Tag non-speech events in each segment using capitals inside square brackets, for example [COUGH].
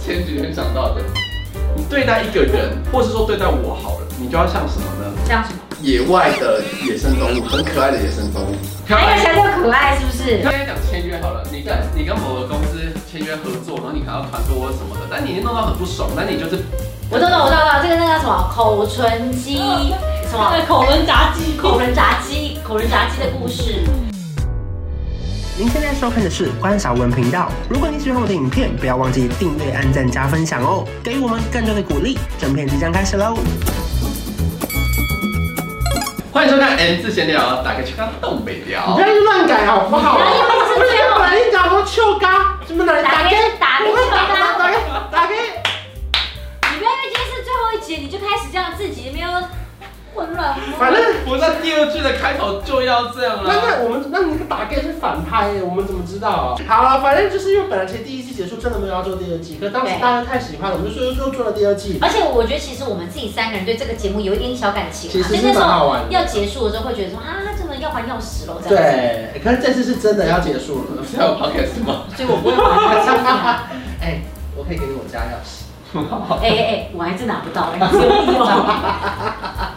前几天讲到的，你对待一个人，或是说对待我好了，你就要像什么呢？这样什么？野外的野生动物，很可爱的野生动物。还有强调可爱是不是？刚才讲签约好了，你跟你跟某个公司签约合作，然后你还要团购什么的，但你已经弄到很不爽，但你就是我懂懂，我懂懂，这个那个叫什么口唇肌，什么哦那口轮炸鸡，口人炸鸡，口人炸鸡的故事。您现在收看的是关少文频道。如果你喜欢我的影片，不要忘记订阅、按赞、加分享哦，给予我们更多的鼓励。整片即将开始喽！欢迎收看 M 字闲聊，打开去看东北 [LAUGHS] 你聊不。要乱改好不好？哪里不是不是这样我跟你讲说秋嘎，什么来打打给给打给我会秋打嘎打打给打给。你不要因为今天是最后一集，你就开始这样自己没有混乱。反正我在第二句的开头就要这样那了。那我们那你那个打 gay 是反派耶，我们怎么知道啊？好了，反正就是因为本来其实第一季结束真的没有要做第二季，可当时对大家太喜欢了，我们就说又做了第二季。而且我觉得其实我们自己三个人对这个节目有一点小感情其啊，实所以是那时蛮好候玩的要结束的时候会觉得说啊，这个要还钥匙喽这样子。对，可是这次是真的要结束了。现在有 podcast 吗？所以我不会还。 [LAUGHS] 哎，我可以给你我家钥匙。哎哎哎，我还真拿不到哎，只有你有。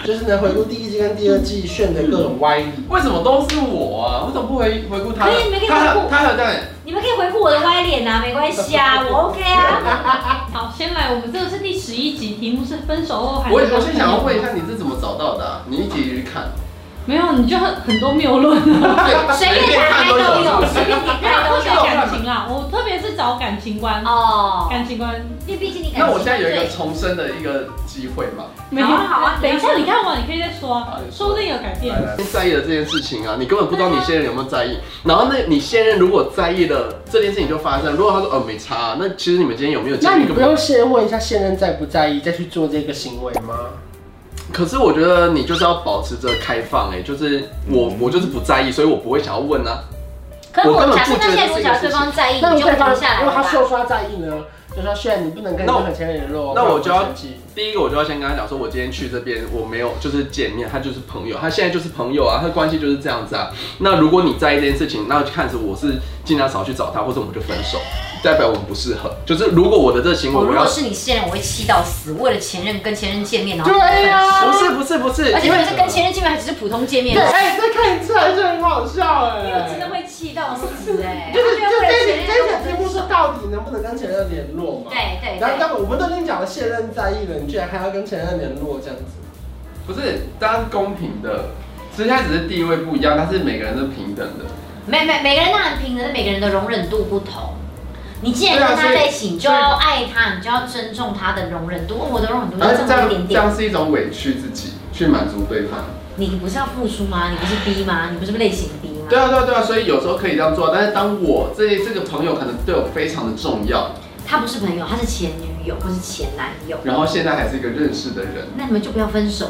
就是呢，回顾第一季跟第二季炫的各种歪理。为什么都是我啊？为什么不回回顾他？可以你们可以他还回顾他还有这样，你们可以回复我的歪脸啊，没关系啊，我 OK 啊。好，先来，我们这个是第十一集，题目是分手后还我能当我先想要朋友问一下，你是怎么找到的啊？你一集一集看，没有，你就很很多谬论 [LAUGHS] 啊，对随便打开都 [LAUGHS] 有，随便点开 [LAUGHS] 都不讲有。感情啦，我特别是找感情观，哦，感情观因为毕竟你感那情我现在有一个最重生的一个机会嘛，没有好啊好啊 [LAUGHS] 等一下你看完，你可以再说好啊，你说说不定有改变来。来，在意了这件事情啊，你根本不知道你现任有没有在意。然后那你现任如果在意了这件事情就发生，如果他说呃没差、啊，那其实你们今天有没有见那面你根不本？用先问一下现任在不在意，再去做这个行为吗？可是我觉得你就是要保持着开放、哎，就是我我就是不在意，所以我不会想要问啊。可是我根我本假设不觉那得这现在如果个假设事对方在意，那你如就果会对方停下来如果了他吧。秀出他在意呢，就说炫你不能跟那任我何前任哦联络，那我不然就要会生气第一个我就要先跟他讲说，我今天去这边我没有就是见面，他就是朋友，他现在就是朋友啊，他的关系就是这样子啊。那如果你在意这件事情，那就看着我是尽量少去找他，或者我们就分手，代表我们不适合。就是如果我的这个行为我我如要果是你现任，我会气到死。为了前任跟前任见面，然后对呀、不是不是不是，而且因为就是跟前任见面还只是普通见面对，，哎、这看一次还是很好笑哎、因为我真的会气到死哎。 [LAUGHS] 就是他就居然为了这前一任这一跟讲我题目是到底能不能跟前任联络嘛？对对然后对，但我们都已经讲了现任在意了，你居然还要跟前任联络这样子？不是，当然公平的，其实它只是地位不一样，但是每个人都平等的。每每每个人当然平等，每个人的容忍度不同。你既然对啊跟他所以在一起，你就要爱他，你就要尊重他的容忍度。我的容忍度呃而且就这这嗯样么一点嗯这点。样是一种委屈自己，去满足对方。你不是要付出吗？你不是 B 吗？你不是类型 B 吗？对啊，对啊，对啊，所以有时候可以这样做，但是当我这这个朋友可能对我非常的重要，他不是朋友，他是前女友或是前男友，然后现在还是一个认识的人，那你们就不要分手。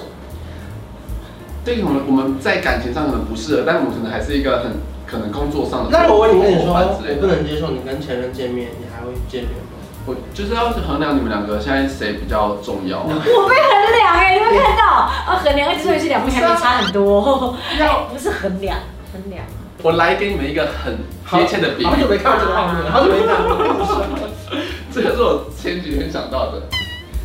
对我们我们在感情上可能不适合，但我们可能还是一个很可能工作上的那我问你，跟你伙说，伴之类我不的。能接受你跟前任见面，你还会见面吗？我就是要衡量你们两个现在谁比较重要啊。我被衡量哎、你们看到啊？衡量之所以是 [LAUGHS] 两边还没差很多，[LAUGHS] 要不是衡量，衡量。我来给你们一个很贴切的比好喻久，没看到这个画面了，好久没看到这个故事了。这个是我前几天想到的。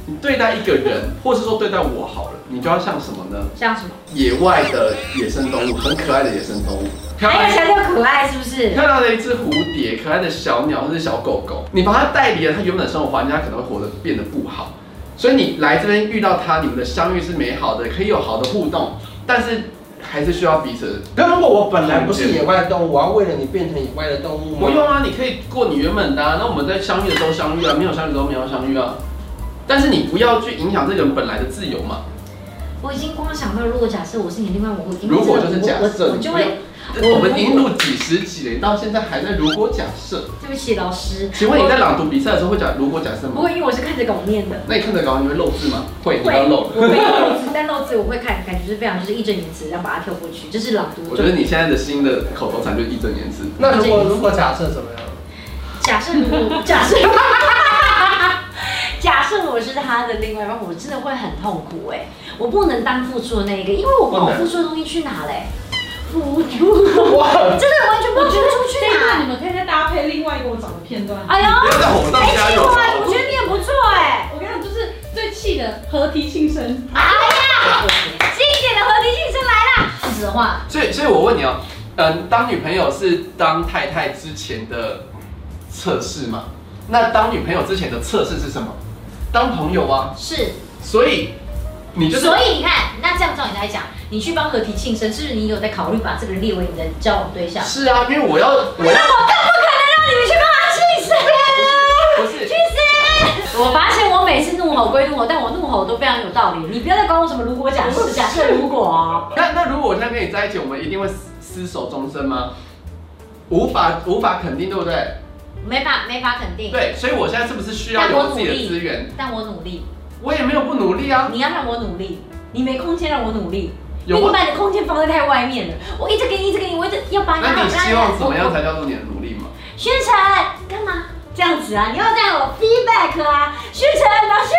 你对待一个人，或是说对待我好了，你就要像什么呢？像什么？野外的野生动物，很可爱的野生动物。漂还有亮强调可爱是不是？漂亮的一只蝴蝶，可爱的小鸟或是小狗狗，你把它带离了它原本的生活环境，它可能会活得变得不好。所以你来这边遇到它，你们的相遇是美好的，可以有好的互动，但是还是需要彼此。那如果我本来不是野外动物，我要为了你变成野外的动物吗？不用啊，你可以过你原本的、啊，那我们在相遇的时候相遇啊，没有相遇的时候没有相遇啊。但是你不要去影响这个人本来的自由嘛。我已经光想到，如果假设我是你另外我，如果就是假设，我我就会。我我们已经录几十集了，你到现在还在如果假设，对不起老师，请问你在朗读比赛的时候会讲如果假设吗？不会，因为我是看着稿念的。那你看得稿你会漏字吗？会，你不会，要漏我。会漏字，但漏字我会看，感觉是非常就是义正言辞，然后把它跳过去，就是朗读我觉得你现在的新的口头禅就是义正言辞。那如果如果假设怎么样？假设如果假设，假设我是他的另外一半，我真的会很痛苦哎、我不能当付出的那一个，因为我把我付出的东西去哪嘞、付出，哇，真的完全不知道付出去这一哪段你。们可以再搭配另外一个我找的片段。哎呦，不要在火上哎加奇油怪，哦。我觉得你很不哎生。哎呀，经典的和平竞争来了。说实话，所以，所以我问你哦，嗯，当女朋友是当太太之前的测试吗？那当女朋友之前的测试是什么？当朋友啊。是，所以你就是所以你看，那这样照你来讲，你去帮和皮庆生，是不是你有在考虑把这个人列为你的交往对象？是啊，因为我要我要更不可能让你们去帮他庆生啊！不是去死！我发现我每次怒吼归怒吼，但我怒吼都非常有道理。你不要再管我什么如果假设假设如果啊，那那如果我现在跟你在一起，我们一定会厮厮守终身吗？无法无法肯定，对不对？没法没法肯定。对，所以我现在是不是需要有自己的资源？但我努力，我也没有不努力啊。你要让我努力，你没空间让我努力。有啊因为你把你的空间放在太外面了，我一直给你，一直给你，我一直要把你那你希望怎么样我才叫做你的努力吗？宣城，干嘛这样子啊？你要这样有 feedback 啊，宣城，然后 [LAUGHS] 宣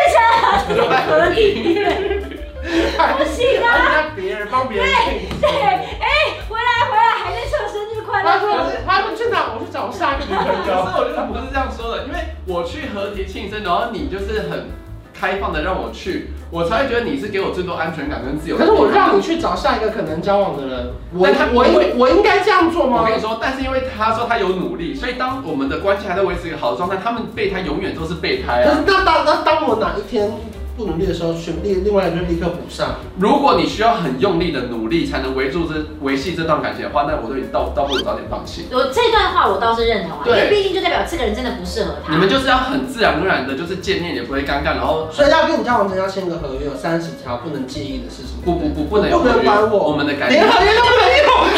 城，合理，不行啊！让别人帮别人庆 [LAUGHS] 对，生。哎、回来回来，还在唱生日快他说乐歌。他说去哪？我去找下一个女可朋是友。我觉得不是这样说的，因为我去和谐庆生，然后你就是很开放的让我去，我才会觉得你是给我最多安全感跟自由。可是我让你，去找下一个可能交往的人，我但他我应我应该这样做我吗跟？你说，但是因为他说他有努力，所以当我们的关系还在维持一个好的状态，他们备胎永远都是备胎可啊是。那当那当我哪一天不努力的时候，全另另外一个人就立刻补上。如果你需要很用力的努力才能维住这维系这段感情的话，那我对你倒倒不如早点放弃。我这段话我倒是认同啊，因对为毕竟就代表这个人真的不适合他。你们就是要很自然而然的，就是见面也不会尴尬，然后所以要跟你交往前要签个合约，有三十条不能介意的事情。不不不不能有不能管我我们的感情连。合约都不能有。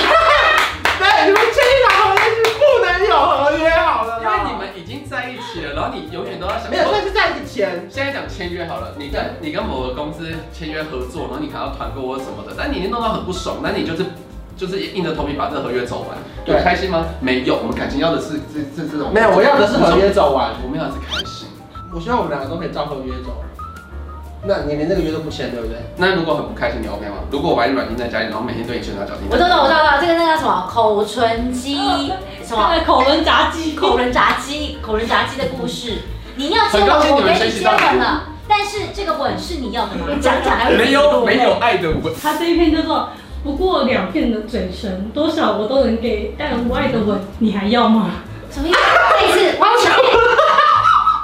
对，你们签一条合约是不能有合约好了因为啦。你们已经在一起了，然后你永远都要想哦没有，算是在一起前。现在讲签约好了，你跟你跟某个公司签约合作，然后你可能要团购或什么的，但你已经弄到很不爽，那你就是就是硬着头皮把这个合约走完，对有开心吗？没有，我们感情要的是这这这种，没有，我要的是合约走完。我们要的是开心。我希望我们两个都可以照合约走。那你连那个约都不签，对不对？那如果很不开心，你 OK 吗？如果我把你软禁在家里，然后每天对你拳打脚踢，我知道，我知道，我知道，这个那个叫什么口唇 [LAUGHS] 肌，什么那个口轮炸 [LAUGHS] 鸡，口人炸鸡，口人炸鸡的故事。你要接很吻，高兴我你们给学你习接到吻礼物了，但是这个吻是你要的吗？讲讲还没有没有爱的吻，他这一篇叫做“不过两片的嘴唇，多少我都能给，但无爱的吻你还要吗什么意思？再一次，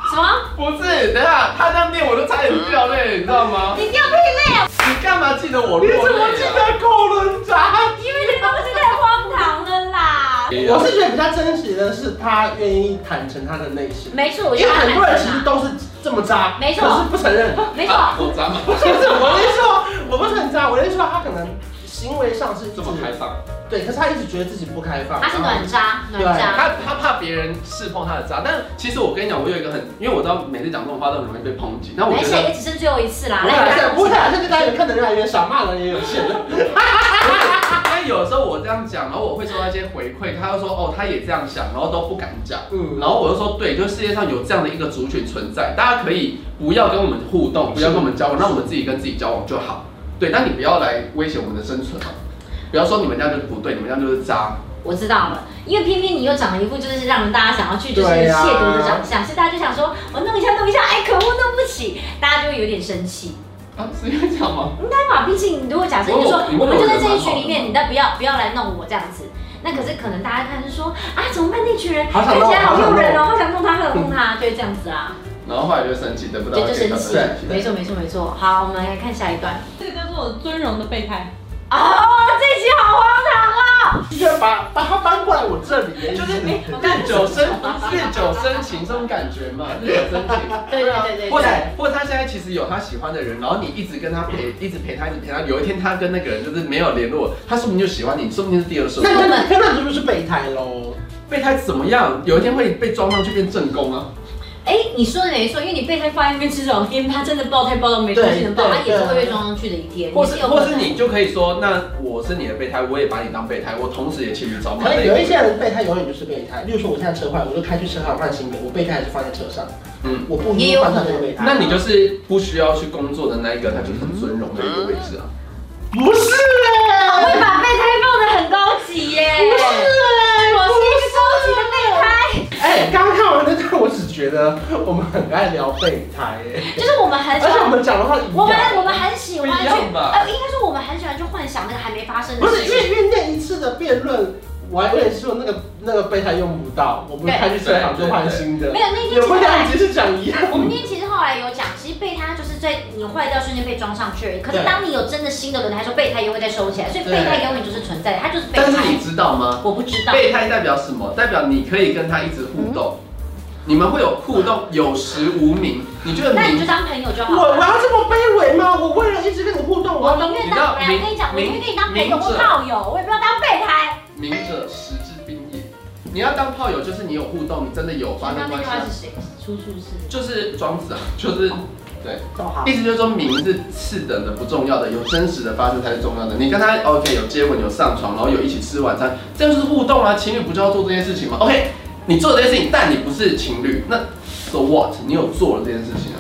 什么？不是，等一下他这样念我都差点掉泪，你知道吗？你掉屁泪啊！你干嘛记得我落泪、啊？得狗轮闸？因为这个故事太荒唐了啦！我哎是觉得比较真实的是，他愿意坦诚他的内心，没错，我因觉为得他很多人坦其实诚啊都是这么渣，没错可是不承认。没错，啊我咱们不是，我跟你说，我不是很渣，我跟你说，他可能行为上是一直这么开放。嗯对，可是他一直觉得自己不开放。啊他是暖渣，暖对渣。他他怕别人试碰他的渣，但其实我跟你讲，我有一个很，因为我知道每次讲这种话都很容易被抨击。那我没觉事，得也只剩最后一次啦。不来，太来是，不啊太是，这大家有看的人越来越少，骂人也有限了。 [LAUGHS] 但有时候我这样讲，然后我会收到一些回馈，他就说哦，他也这样想，然后都不敢讲。嗯，然后我就说对，就世界上有这样的一个族群存在，大家可以不要跟我们互动，不要跟我们交往，让我们自己跟自己交往就好。对，但你不要来威胁我们的生存嘛，不要说你们这样就是不对，你们这样就是渣。我知道了，因为偏偏你又长了一副就是让大家想要去就是对亵啊渎的长相，所以大家就想说，我弄一下弄一下，哎，可恶，弄不起，大家就会有点生气。啊，是因为这样吗？但嘛，毕竟如果假设我你就说你，我问我们就在人这一蛮好群的里面，嘛你但不要不要来弄我这样子。那可是可能大家看就说啊，怎么办？那群人好看想弄起来好好想诱人弄嗯哦，好想弄他，好想弄他，就会这样子啊，然后后来就生气，得不到就就健生康的气。没错没错没错。好，我们来看下一段。”这个叫做“尊荣的备胎哦，这一集好荒唐哦！居然把把他搬过来我这里，就是你日久生日久生情这种感觉嘛，日久生情。对对对或对者对。或者他现在其实有他喜欢的人，然后你一直跟他陪，一直陪他，一直陪他。有一天他跟那个人就是没有联络，他说不定就喜欢你，说不定是第二顺那 [LAUGHS] 位。那那那你是不是备胎喽？备胎怎么样？有一天会被装上去变正宫啊。哎、你说的没错，因为你备胎放在那边吃老天，他真的爆胎爆到没东西能爆，对他也是对会被装上去的一 [LAUGHS] 天，或也是有或可是能。你就可以说，那我是你的备胎，我也把你当备胎，我同时也骑驴找马可。能有一些人备胎永远就是备胎，例如说我现在车坏，我就开去车行换新的，我备胎还是放在车上，嗯，我不一定换上那个备胎。那你就是不需要去工作的那一个，他就是很尊荣的一个位置啊。不是哦我哎、会把备胎放得很高级耶。不是哎、我是一个高级的备胎。哎、刚刚看完那段，我只觉得我们很爱聊备胎耶，就是我们很喜而且欢，我们讲的话一样我们我们很喜欢不一去，样吧呃，应该说我们很喜欢去幻想那个还没发生的不事是因情。为因为那一次的辩论，我还跟你说那个那个备胎用不到，我们开去车行就换新的没，有那天也其不实后两来，集是讲一样我们那天其实后来有讲，其实备胎就是在你坏掉瞬间被装上去而已。可是对当你有真的新的轮胎的时候，备胎也会再收起来，所以对备胎永远就是存在的，它就是备但是胎你。知道吗？我不知道，备胎代表什么？代表你可以跟他一直互动，嗯你们会有互动，有实无名。你觉得那你名就当朋友就我好我了。要这么卑微吗？我为了一直跟你互动，我我要当宁愿你知道当，我俩明跟你讲，我宁愿跟你当朋友明或者炮友，我也不要当备胎。明者实之兵也。你要当炮友，就是你有互动，你真的有发生那关系句话啊是，谁？出处是？就是庄子啊，就是哦走好。意思就是说，名是次等的、不重要的，有真实的发生才是重要的。你跟他 OK 有接吻、有上床，然后有一起吃晚餐，这样就是互动啊。情侣不就要做这件事情吗？OK，你做这件事情，但你不是情侣，那 so what？你有做了这件事情啊？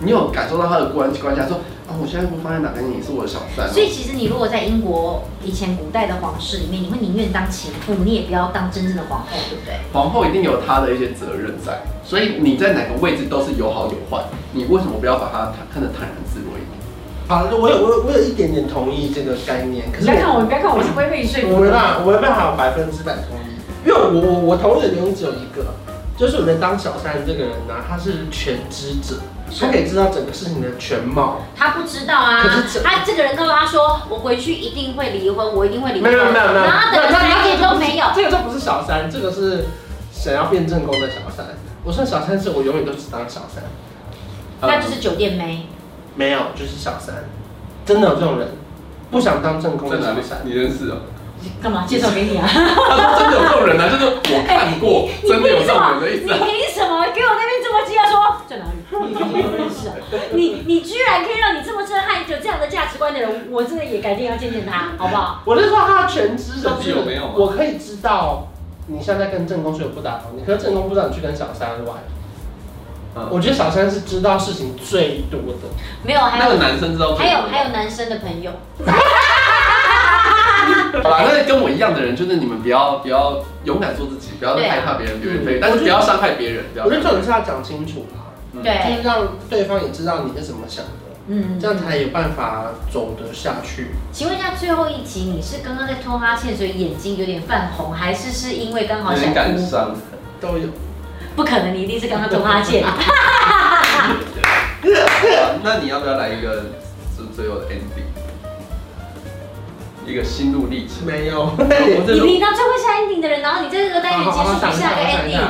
你有感受到他的关关系啊？说啊，我现在会放在哪跟你是我的小三、哦所以其实你如果在英国以前古代的皇室里面，你会宁愿当情妇，你也不要当真正的皇后，对不对？皇后一定有她的一些责任在，所以你在哪个位置都是有好有坏，你为什么不要把她看得坦然自若一点？好，我有我有我有一点点同意这个概念，可你是不要看我我，你不要看我，我是不会被你说我服没的。办法，我没办法百分之百同意，因为我我我同意的原因只有一个，就是我觉得当小三这个人呢、他是全知者，他可以知道整个事情的全貌。他不知道可啊是这，他这个人告诉他说，我回去一定会离婚，我一定会离没婚，有没有没有没有，然后等了三年都没有。这个就不是呃小三，这个是想要变正宫的小三。我说小三是我永远都只当小三，那就是酒店妹，没有就是小三，真的有这种人，不想当呃正宫在的哪小嗯里三？。你认识哦？干嘛？介绍给你啊？他说真的有这种人 [LAUGHS] 啊，就是我看过，哎你真的有凭这什种么人？的你意思啊。凭什么给我那边这么惊讶说在哪里？你不认识啊？你你居然可以让你这么震撼有这样的价值观的人，我真的也改天要见见他，啊好不好？我是说他的全知者到底有没有啊我可以知道你现在跟正宫睡不打通，你可是正宫不知道你去跟小三玩。嗯我觉得小三是知道事情最多的，没有，还那个有男生知道还最多有吗还有男生的朋友，好啦，那跟我一样的人，就是你们不要不要勇敢做自己，不要害怕别人流眼泪，但是不要伤害别人，不要我觉得重点是要讲清楚啦，就对，是让对方也知道你是怎么想的，嗯这样才有办法走得下去。请问一下，最后一题你是刚刚在拖哈欠，所以眼睛有点泛红，还是是因为刚好有想点感哭？伤。都有。不可能，你一定是刚刚拖哈欠。好 [LAUGHS] 那你要不要来一个最最后的 ending？一个心路历程。没 [LAUGHS] 有，我 [LAUGHS] 这你种听到最会下 ending 的人，然后你在这个单元结束不下一个 ending。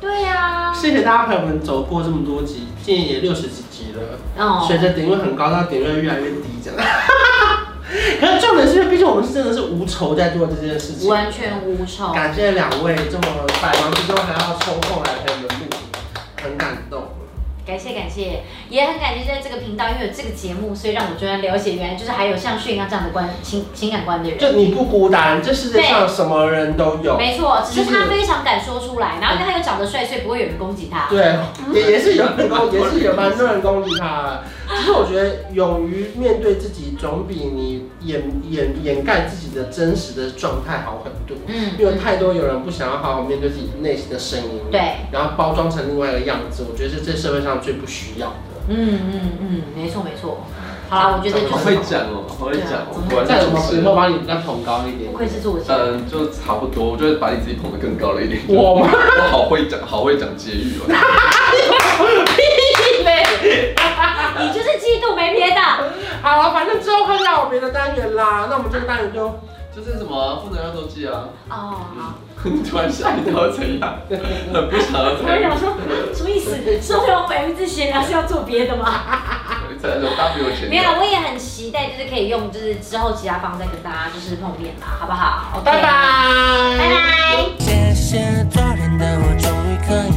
对呀、啊，谢谢大家陪我们走过这么多集，今年也六十几集了，随哦，着点阅很高，到点阅越来越低，这样。 [LAUGHS] 可是重点是因为，毕竟我们是真的是无仇在做这件事情。完全无臭。感谢两位这么百忙之中还要抽空来陪我们录影，很感动。感谢感谢，也很感谢在这个频道，因为有这个节目，所以让我觉得了解原来就是还有像炫耀这样的观情情感观的人。就你不孤单，这世界上什么人都有。没错，只是就是他非常敢说出来，然后因为他又长得帅，所以不会有人攻击他。对，也也是有人攻，也是有蛮多人攻击他的。只是我觉得勇于面对自己，总比你掩掩掩盖自己的真实的状态好很多。嗯因为太多有人不想要好好面对自己内心的声音，对，然后包装成另外一个样子，我觉得是这社会上最不需要的。嗯嗯嗯，没错没错。好了，我觉得就好是会讲哦，啊好会讲哦，果在然什么是时候把你比较捧高一点不？愧是作家。嗯，就差不多，我就会把你自己捧得更高了一点。我吗？我好会讲，好会讲节语哦。 [LAUGHS] [LAUGHS] 你就是嫉妒没别的。好了，反正之后会让我别的单元啦。那我们这个单元就就是什么不能让周记啊，哦，好。 [LAUGHS] 突然吓一跳怎样？很不想要我 [LAUGHS] 怎就样想？啊说，什么意思？收回我百分之闲聊是要做别的吗？在说大没有 [LAUGHS] 钱没有，我也很期待，就是可以用，就是之后其他方再跟大家就是碰面啦，好不好？OK 拜拜。拜拜。谢谢做人的我，终于可以